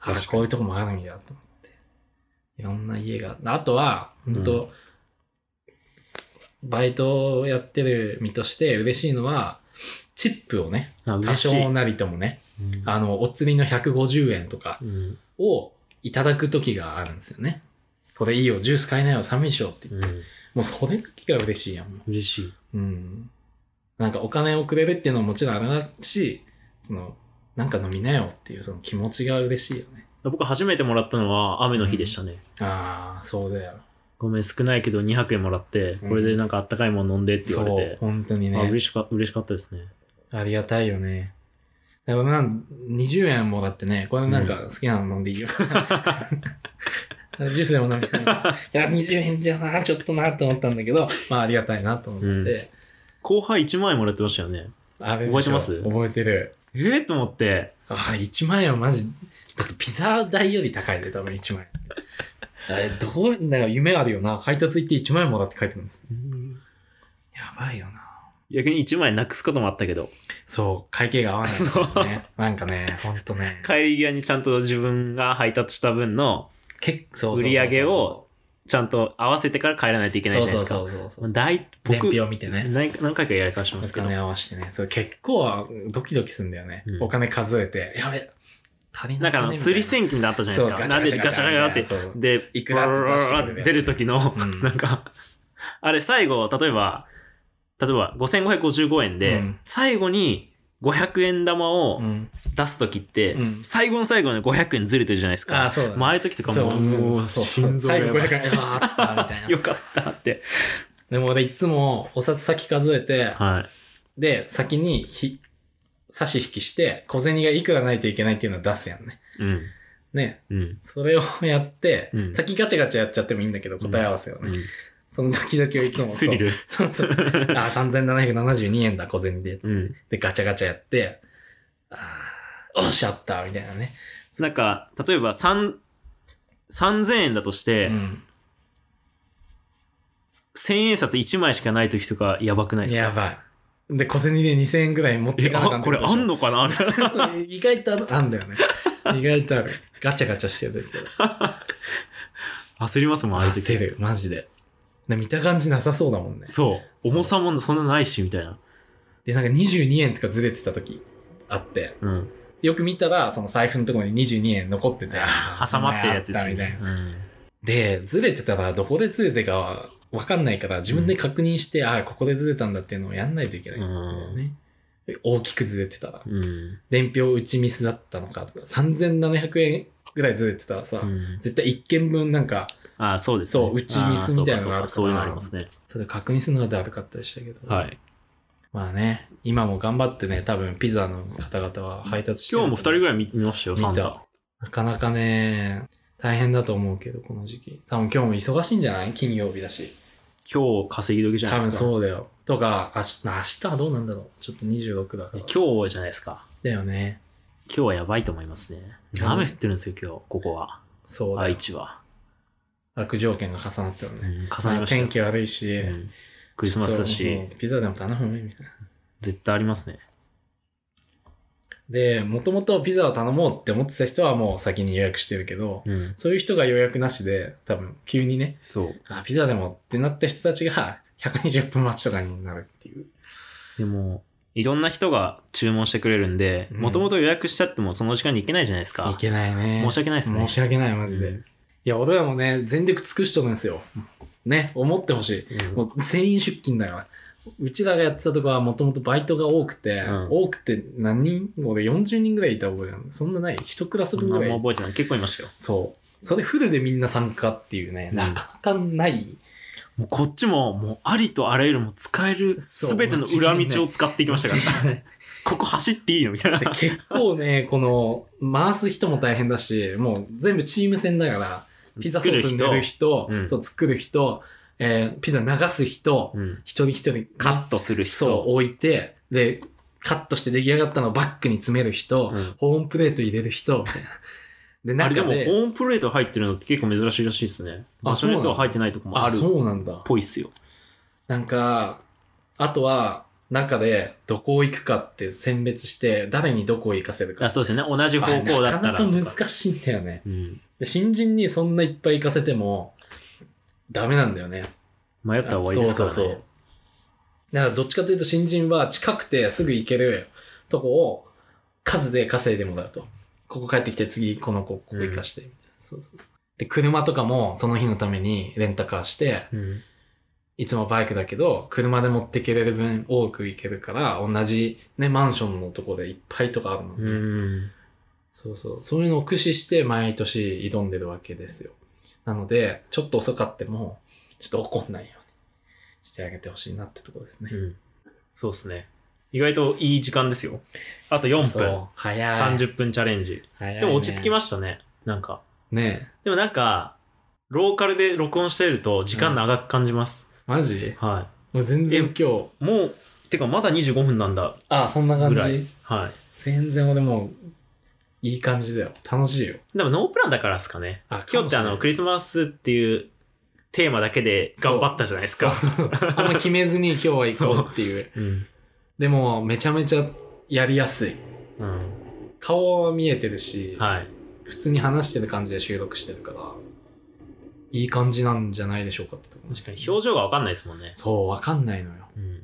Speaker 1: あ
Speaker 2: 確かに
Speaker 1: こういうとこもあるんだと思って。いろんな家が。あとは、本当、バイトをやってる身として嬉しいのは、チップをね、
Speaker 2: あ
Speaker 1: 多
Speaker 2: 嬉しい。
Speaker 1: 少なりともね、
Speaker 2: うん
Speaker 1: あの、お釣りの150円とか、
Speaker 2: うん。
Speaker 1: をいただく時があるんですよね。これいいよ、ジュース買えないよ、寒いでしょって言って。
Speaker 2: うん。
Speaker 1: もうそれが嬉しいやん。
Speaker 2: 嬉しい。
Speaker 1: うん。なんかお金をくれるっていうのももちろんあれだし、その、なんか飲みなよっていうその気持ちが嬉しいよね。
Speaker 2: 僕初めてもらったのは雨の日でしたね。
Speaker 1: ああ、そうだよ。
Speaker 2: ごめん、少ないけど200円もらって、
Speaker 1: うん
Speaker 2: これでなんかあったかいもの飲んでって言われ
Speaker 1: そう
Speaker 2: て、、
Speaker 1: 本当に
Speaker 2: あ嬉
Speaker 1: ね。
Speaker 2: しか嬉しかったですね。
Speaker 1: ありがたいよね。だからなん20円もらってね、これなんか好きなの飲んでいいよ。 [laughs] ジュースでも飲みたい
Speaker 2: [laughs]
Speaker 1: な。いや、20円じゃな、ちょっとなと思ったんだけど、まあありがたいなと思って。
Speaker 2: うん後輩1万円もらってましたよね。
Speaker 1: あれでしょ
Speaker 2: 覚えてます
Speaker 1: 覚えてる。
Speaker 2: えー、と思って、
Speaker 1: ああ、1万円はマジ、だってピザ代より高いで、多分1万円。あれどう、だから夢あるよな。配達行って1万円もらって帰ってくるんです。やばいよな。
Speaker 2: 逆に1万円なくすこともあったけど、
Speaker 1: そう、会計が合わないんだよ
Speaker 2: [laughs]
Speaker 1: ね。なんかね、ほんとね。
Speaker 2: 帰り際にちゃんと自分が配達した分の
Speaker 1: 結構
Speaker 2: 売り上げをちゃんと合わせてから帰らないといけ
Speaker 1: い
Speaker 2: ないじゃないですか。
Speaker 1: そうそうそうそうそう。
Speaker 2: だい
Speaker 1: 伝
Speaker 2: 僕、
Speaker 1: 票見てね。
Speaker 2: 何何回かやり返しま
Speaker 1: お
Speaker 2: すけど、
Speaker 1: 金合わしてね。そう結構ドキドキするんだよね。
Speaker 2: うん
Speaker 1: お金数えて。やべ、足りなん
Speaker 2: な
Speaker 1: い、
Speaker 2: かあの釣り
Speaker 1: ん
Speaker 2: 戦記みたいなのあったじゃないですか。なんでガチャガチャガチャって。で、
Speaker 1: いくらって
Speaker 2: バラバラバラって出る時の、
Speaker 1: うん
Speaker 2: なんか、あれ最後、例えば、例えば5555円で、
Speaker 1: うん
Speaker 2: 最後に500円玉を
Speaker 1: うん。
Speaker 2: 出す時って、
Speaker 1: うん
Speaker 2: 最後の最後に500円ずれてるじゃないです
Speaker 1: あ
Speaker 2: か。
Speaker 1: あ、そうだね。
Speaker 2: まあ、ああいう時とか
Speaker 1: そう、
Speaker 2: もう、も
Speaker 1: うん
Speaker 2: う
Speaker 1: そう
Speaker 2: 心臓が
Speaker 1: 最
Speaker 2: や
Speaker 1: 後
Speaker 2: ばい
Speaker 1: 500円、あーあった、みたいな。
Speaker 2: よかったって。
Speaker 1: でも俺いつもお札先数えて、
Speaker 2: はい。
Speaker 1: で、先にひ、差し引きして、小銭がいくらないといけないっていうのを出すやんね。
Speaker 2: うん。
Speaker 1: ね。
Speaker 2: うん。
Speaker 1: それをやって、
Speaker 2: うん
Speaker 1: 先ガチャガチャやっちゃってもいいんだけど、答え合わせをね。
Speaker 2: うん
Speaker 1: その時々をいつも。
Speaker 2: スリル。
Speaker 1: そうそうそう。ああ、3772円だ、小銭で。つって
Speaker 2: うん。
Speaker 1: で、ガチャガチャやって、ああ、おっしゃった、みたいなね。
Speaker 2: [laughs] なんか、例えば3、3000円だとして、
Speaker 1: うん。
Speaker 2: 1000円札1枚しかない時とかやばくないですか
Speaker 1: やばい。で、小銭で2000円ぐらい持って
Speaker 2: え、
Speaker 1: いかなあか
Speaker 2: あ、
Speaker 1: ん
Speaker 2: これあんのかな
Speaker 1: 意外とあるあんだよね。意外とある。ガチャガチャしてる時とか。
Speaker 2: 焦りますもん、ああいう時
Speaker 1: 焦る、マジで。で見た感じなさそうだもんね。
Speaker 2: そう。
Speaker 1: そう
Speaker 2: 重さもそんなないし、みたいな。
Speaker 1: で、なんか22円とかずれてた時あって、
Speaker 2: うん。
Speaker 1: よく見たら、その財布のところに22円残ってて、
Speaker 2: 挟まってるやつです
Speaker 1: あったみたい
Speaker 2: ね。
Speaker 1: な。
Speaker 2: うん
Speaker 1: で、ずれてたら、どこでずれてかはわかんないから、自分で確認して、ああ、ここでずれたんだっていうのをやんないといけないんだよね。大きくずれてたら、
Speaker 2: うん。
Speaker 1: 伝票打ちミスだったのかとか、3700円ぐらいずれてたらさ、
Speaker 2: うん
Speaker 1: 絶対1件分なんか、
Speaker 2: ああ、そうですね。
Speaker 1: そう打ちミスみたいなのがあ
Speaker 2: あ
Speaker 1: るから
Speaker 2: あそうかそうかそういうのありますね。
Speaker 1: それ確認するのがだるかったでしたけど。
Speaker 2: はい。
Speaker 1: まあね、今も頑張ってね、多分ピザの方々は配達して
Speaker 2: 今日も2人ぐらい
Speaker 1: い。
Speaker 2: 見見ましたよ、
Speaker 1: 見た
Speaker 2: サンタ。
Speaker 1: なかなかね、大変だと思うけど、この時期。多分今日も忙しいんじゃない金曜日だし。
Speaker 2: 今日稼ぎ時じゃ
Speaker 1: 多
Speaker 2: ないで
Speaker 1: 分
Speaker 2: すか。
Speaker 1: そうだよ。とか、明日、明日はどうなんだろう。ちょっと26だから。
Speaker 2: 今日じゃないですか。
Speaker 1: だよね。
Speaker 2: 今日はやばいと思いますね。
Speaker 1: うん
Speaker 2: 雨降ってるんですよ、今日、ここは。
Speaker 1: そうだよ
Speaker 2: 愛。知は。
Speaker 1: 悪条件が重なったよね。
Speaker 2: うん重なりましたよ
Speaker 1: 天。気悪いし、
Speaker 2: うんクリスマスだ
Speaker 1: ちょ
Speaker 2: し
Speaker 1: っ、とピザでも頼むみたいな。
Speaker 2: 絶対ありますね。
Speaker 1: で、もともとピザを頼もうって思ってた人はもう先に予約してるけど、
Speaker 2: うん。
Speaker 1: そういう人が予約なしで、多分急にね、
Speaker 2: そう。
Speaker 1: あ、ピザでもってなった人たちが120分待ちとかになるっていう。
Speaker 2: でも、いろんな人が注文してくれるんで、
Speaker 1: うん
Speaker 2: もともと予約しちゃってもその時間に行けないじゃないですか
Speaker 1: い。けないね。
Speaker 2: 申し訳ないですね。
Speaker 1: 申し訳ない、マジで。
Speaker 2: う
Speaker 1: い
Speaker 2: ん
Speaker 1: や、俺らもね、全力尽くしとるんですよ。ね、思ってほしい。もう全員出勤だよ。うちらがやってたとこはもともとバイトが多くて、
Speaker 2: うん
Speaker 1: 多くて何人俺40人ぐらいいた覚えがある。そんなない一クラス
Speaker 2: う
Speaker 1: 分
Speaker 2: ん、あ
Speaker 1: ぐら
Speaker 2: んま
Speaker 1: い。
Speaker 2: 覚えてない。結構いましたよ。
Speaker 1: そう。それフルでみんな参加っていうね、
Speaker 2: うん
Speaker 1: なかなかない。
Speaker 2: もうこっちも、もうありとあらゆるもう使える
Speaker 1: そう
Speaker 2: すべての裏道を使っていきましたから。
Speaker 1: 間違いない
Speaker 2: ここ走っていいのみたいな
Speaker 1: で。 [laughs] 結構ね、この、回す人も大変だし、もう全部チーム戦だから、ピザソース塗る人、
Speaker 2: うん
Speaker 1: そう、作る人、えーピザ流す人、
Speaker 2: うん
Speaker 1: 一人一人、
Speaker 2: カットする人。
Speaker 1: そう、置いて、で、カットして出来上がったのをバッグに詰める人、
Speaker 2: うん
Speaker 1: ホームプレート入れる人、みたいな。で、
Speaker 2: あれ [laughs] で
Speaker 1: 中
Speaker 2: も、ホ
Speaker 1: で、
Speaker 2: ームプレート入ってるのって結構珍しいらしいですね。
Speaker 1: あ
Speaker 2: 場所によって
Speaker 1: そうなの
Speaker 2: は入ってないとこもあ
Speaker 1: あ、
Speaker 2: るっ
Speaker 1: そうなんだ。
Speaker 2: ぽいっすよ。
Speaker 1: なんか、あとは、中でどこ行くかって選別して、誰にどこ行かせるか。
Speaker 2: あそうですよね。同じ方向だったら
Speaker 1: な
Speaker 2: と
Speaker 1: か
Speaker 2: か。
Speaker 1: なか難しいんだよね。
Speaker 2: うん。
Speaker 1: で新人にそんないっぱい行かせても、ダメなんだよね。
Speaker 2: 迷った方がいいですからね。
Speaker 1: そうそうそう。だからどっちかというと新人は近くてすぐ行けるとこを数で稼いでもらうと。ここ帰ってきて次この子ここ行かしてみたいな。そうそうそう。で、車とかもその日のためにレンタカーして、
Speaker 2: うん。
Speaker 1: いつもバイクだけど、車で持ってけれる分多く行けるから、同じね、マンションのとこでいっぱいとかあるの。
Speaker 2: うん。
Speaker 1: そうそう。そういうのを駆使して毎年挑んでるわけですよ。なので、ちょっと遅かっても、ちょっと怒んないようにしてあげてほしいなってとこですね
Speaker 2: う。ん。そうですね。意外といい時間ですよ。あと4
Speaker 1: そ
Speaker 2: 分。
Speaker 1: う。早い。
Speaker 2: 30分チャレンジ。
Speaker 1: 早い、ね。
Speaker 2: でも落ち着き
Speaker 1: ま
Speaker 2: ましたね。なんか。
Speaker 1: す。ねえ。
Speaker 2: でもなんか、ローカルで録音してると時間長く感じます。
Speaker 1: マジ
Speaker 2: は
Speaker 1: もう全然今日、
Speaker 2: い。もう、てかまだ25分なんだ。
Speaker 1: あそんな感
Speaker 2: ぐらい
Speaker 1: じ
Speaker 2: は
Speaker 1: 全然俺もう、いい感じだよ。楽しいよ。
Speaker 2: い。でもノープランだからですかね。
Speaker 1: あ
Speaker 2: 今日ってあの、クリスマスっていうテーマだけで頑張ったじゃないですか。
Speaker 1: そうそうそうあんま決めずに今日は行こうっていう。
Speaker 2: [laughs] うん。
Speaker 1: でも、めちゃめちゃやりやすい。
Speaker 2: うん。
Speaker 1: 顔は見えてるし、
Speaker 2: はい。
Speaker 1: 普通に話してる感じで収録してるから、いい感じなんじゃないでしょうかってとこ
Speaker 2: 確かに表情がわかんないですもんね。
Speaker 1: そう、わかんないのよ。
Speaker 2: うん。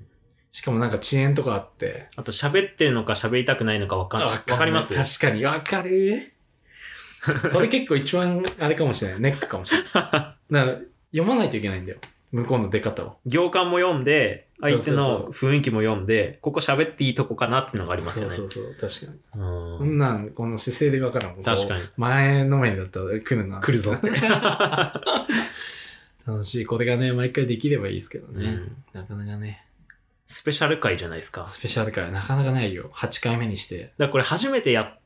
Speaker 1: しかもなんか遅延とかあって。
Speaker 2: あと喋ってるのか喋りたくないのかわかん、わ
Speaker 1: んない
Speaker 2: かります
Speaker 1: 確かに、わかるそれ結構一番あれかもしれない。ネックかもし
Speaker 2: [laughs]
Speaker 1: れない。だから読まないといけないんだよ。向こうの出方を。
Speaker 2: 行間も読んで、相手
Speaker 1: そうそう
Speaker 2: の雰囲気も読んで、ここ喋っていいとこかなってのがあ
Speaker 1: あ
Speaker 2: りますよね。
Speaker 1: そうそうそう、確かに。こ
Speaker 2: うん
Speaker 1: んなん、この姿勢でわからん。こう
Speaker 2: 確かに。
Speaker 1: 前のめりだったら来るな。
Speaker 2: 来るぞって。
Speaker 1: 楽しい。これがね、毎回できればいいですけどね。
Speaker 2: うん
Speaker 1: なかなかね。
Speaker 2: スペシャル回じゃないですか。だか
Speaker 1: スペシャル回、なかなかないよ。8回目にして。
Speaker 2: らこれ初めてやっ、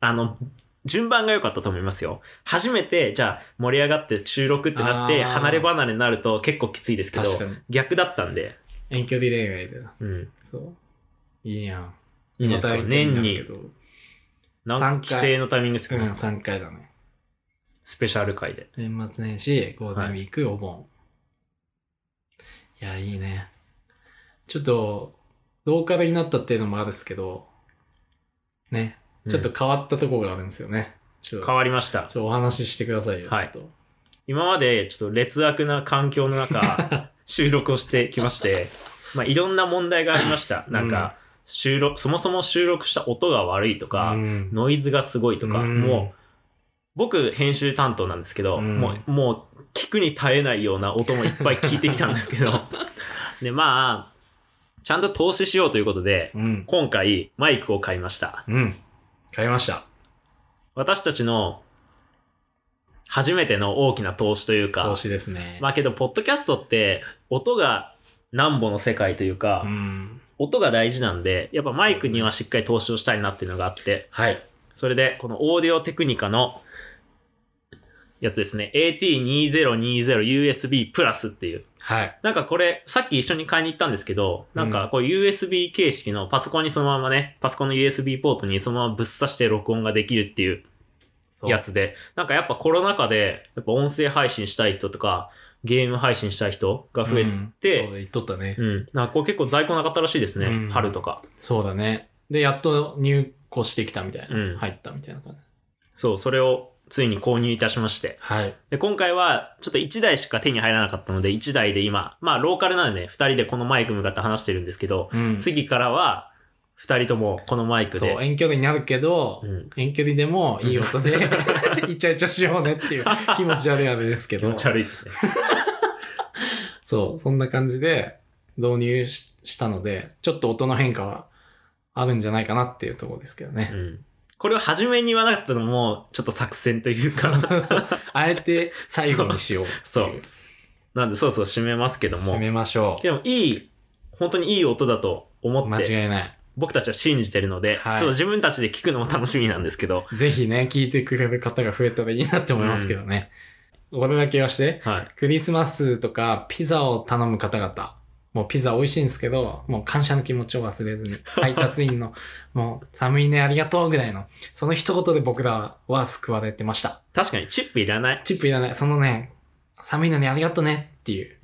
Speaker 2: あの、順番が良かったと思いますよ。初めて、じゃあ盛り上がって収録ってなって、
Speaker 1: あー
Speaker 2: 離れ離れになると結構きついですけど、
Speaker 1: 確かに。
Speaker 2: 逆だったんで、
Speaker 1: 遠距離恋愛だな。
Speaker 2: うん。
Speaker 1: そう。いいやん。
Speaker 2: いいんじゃないですか。年に
Speaker 1: 三回
Speaker 2: 何期生のタイミングです
Speaker 1: う
Speaker 2: かね、
Speaker 1: ん、3回だね。
Speaker 2: スペシャル回で。
Speaker 1: 年末年始、ゴールデンウィーク、お盆。いや、いいね。ちょっと、ローカルになったっていうのもあるですけど、ね、ちょっと
Speaker 2: うん
Speaker 1: 変わったとこがあるんですよね。ちょっと、
Speaker 2: 変わりました
Speaker 1: ちょっ。とお話ししてくださいよ。
Speaker 2: はい
Speaker 1: ちょっと
Speaker 2: 今までちょっと劣悪な環境
Speaker 1: [laughs]
Speaker 2: の中、収録をしてきまして、まあいろんな問題がありました。なんか、収録、そもそも収録した音が悪いとか、
Speaker 1: うん
Speaker 2: ノイズがすごいとか、
Speaker 1: うん
Speaker 2: もう、僕編集担当なんですけど、
Speaker 1: うん
Speaker 2: もう、もう聞くに耐えないような音もいっぱい聞いてきたんですけ
Speaker 1: [laughs]
Speaker 2: ど、で、まあ、ちゃんと投資しようということで、
Speaker 1: うん。
Speaker 2: 今回マイクを買いました。
Speaker 1: うん。買いました。
Speaker 2: 私たちの初めての大きな投資というか、
Speaker 1: 投資ですね。
Speaker 2: まあけど、ポッドキャストって、音がなんぼの世界というか、
Speaker 1: うん。
Speaker 2: 音が大事なんで、やっぱマイクにはしっかり投資をしたいなっていうのがあって、
Speaker 1: はい。
Speaker 2: それで、このオーディオテクニカのやつですね、AT2020USB プラスっていう。
Speaker 1: はい。
Speaker 2: なんかこれ、さっき一緒に買いに行ったんですけど、なんかこう USB 形式のパソコンにそのままね、パソコンの USB ポートにそのままぶっ刺して録音ができるっていう
Speaker 1: そう
Speaker 2: やつで、なんかやっぱコロナ禍で、やっぱ音声配信したい人とか、ゲーム配信したい人が増え
Speaker 1: うんそ
Speaker 2: て
Speaker 1: う、言っとったね
Speaker 2: う。ん、なんかこれ結構在庫なかったらしいですね、
Speaker 1: うん
Speaker 2: 春とか。
Speaker 1: そうだね。で、やっと入庫してきたみたいな。
Speaker 2: うん
Speaker 1: 入ったみたいな感じ。
Speaker 2: そう、それをついに購入いたしまして。
Speaker 1: はい。
Speaker 2: で、今回はちょっと1台しか手に入らなかったので、1台で今、まあローカルなんでね、2人でこのマイク向かって話してるんですけど、
Speaker 1: うん
Speaker 2: 次からは2人ともこのマイク
Speaker 1: そう、
Speaker 2: で、
Speaker 1: 遠距離になるけど、
Speaker 2: うん、
Speaker 1: 遠距離でもいい音で、 [laughs] イチャイチャしようねって
Speaker 2: [laughs]
Speaker 1: いう気持ち悪いあれですけ
Speaker 2: 気
Speaker 1: ど
Speaker 2: 持、ち悪いですね。
Speaker 1: そう、そんな感じで導入ししたので、ちょっと音の変化はあるんじゃないかなっていうところですけど
Speaker 2: う
Speaker 1: ね。
Speaker 2: ん、これを初めに言わなかったのも、ちょっと作戦というか、
Speaker 1: [laughs] あえて最後にしようっていう。
Speaker 2: そうなんでそうそう締めますけども
Speaker 1: 締、めましょ
Speaker 2: でもいい、本当にいい音だと
Speaker 1: う。
Speaker 2: 思っ
Speaker 1: 間
Speaker 2: て、
Speaker 1: 違いない。
Speaker 2: 僕たちは信じてるので、
Speaker 1: はい
Speaker 2: ちょっと自分たちで聞くのも楽しみなんですけど、
Speaker 1: ぜひね、聞いてくれる方が増えたらいいなって思いますけどね。これだけはして、
Speaker 2: はい。
Speaker 1: クリスマスとかピザを頼む方々、もうピザ美味しいんですけど、もう感謝の気持ちを忘れずに、配達員の、 [laughs] もう寒いねありがとうぐらいの、その一言で僕らは救われてました。
Speaker 2: 確かにチップいらない。
Speaker 1: チップいらない、そのね、寒いのにありがとうねっていう、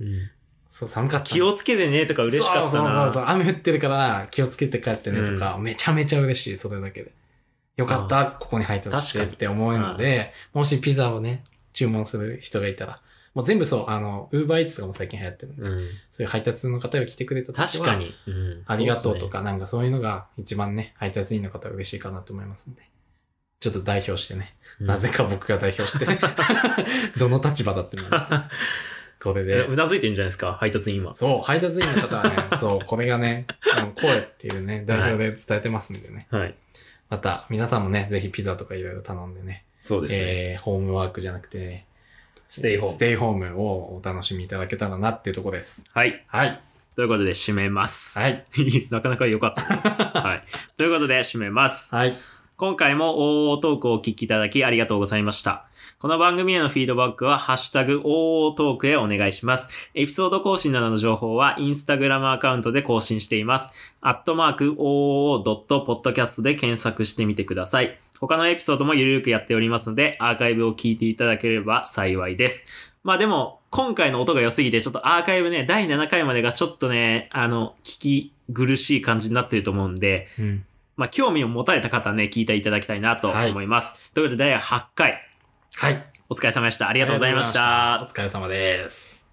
Speaker 1: そう、寒かった。
Speaker 2: 気をつけてねとか嬉しかったな。
Speaker 1: そうそうそうそう。雨降ってるからな、気をつけて帰ってねとか、めちゃめちゃ嬉しい、それだけで。よかった、ここに配達して
Speaker 2: 確
Speaker 1: っ
Speaker 2: かに
Speaker 1: て思うので、もしピザをね、注文する人がいたら、もう全部そう、あの、ウーバーイーツとかも最近流行ってるんで、
Speaker 2: うん、
Speaker 1: そういう配達の方が来てくれた時
Speaker 2: 確
Speaker 1: は、
Speaker 2: かに。うん
Speaker 1: ありがとう
Speaker 2: そ
Speaker 1: と
Speaker 2: っすね
Speaker 1: か、なんかそういうのが一番ね、配達員の方は嬉しいかなと思いますんで。ちょっと代表してね、
Speaker 2: うん
Speaker 1: なぜか僕が代表
Speaker 2: [laughs]
Speaker 1: して、どの立場だって思いますねこれで
Speaker 2: え。うなずいてんじゃないですか、配達員は。
Speaker 1: そう、配達員の方は
Speaker 2: [laughs]
Speaker 1: ね、そう、これがね、あの声っていうね、代表で伝えてますんでね。
Speaker 2: はい。
Speaker 1: また、皆さんもね、ぜひピザとかいろいろ頼んでね、
Speaker 2: そうですね。
Speaker 1: えー、ホームワークじゃなくてね、
Speaker 2: ステイホー
Speaker 1: ス
Speaker 2: ム。
Speaker 1: テイホームをお楽しみいただけたらなっていうとこです。
Speaker 2: はい。
Speaker 1: はい。
Speaker 2: ということで、締めます。
Speaker 1: はい。
Speaker 2: [laughs] なかなか良かった
Speaker 1: [laughs]
Speaker 2: です。はい。ということで、締めます。
Speaker 1: はい。
Speaker 2: 今回も OO トークをお聞きいただきありがとうございました。この番組へのフィードバックは、ハッシュタグ OO トークへお願いします。エピソード更新などの情報は、インスタグラムアカウントで更新しています。アットマーク OO.podcast で検索してみてください。他のエピソードもゆるくやっておりますので、アーカイブを聞いていただければ幸いです。まあでも、今回の音が良すぎて、ちょっとアーカイブね、第7回までがちょっとね、あの、聞き苦しい感じになってると思うんで、
Speaker 1: うん。
Speaker 2: まあ、興味を持たれた方はね、聞いていただきたいなと思います。ということで、第8回、
Speaker 1: はい。あり
Speaker 2: お疲れ様でした。ありがとうございまし
Speaker 1: が
Speaker 2: た
Speaker 1: とうございました。お疲れ様です。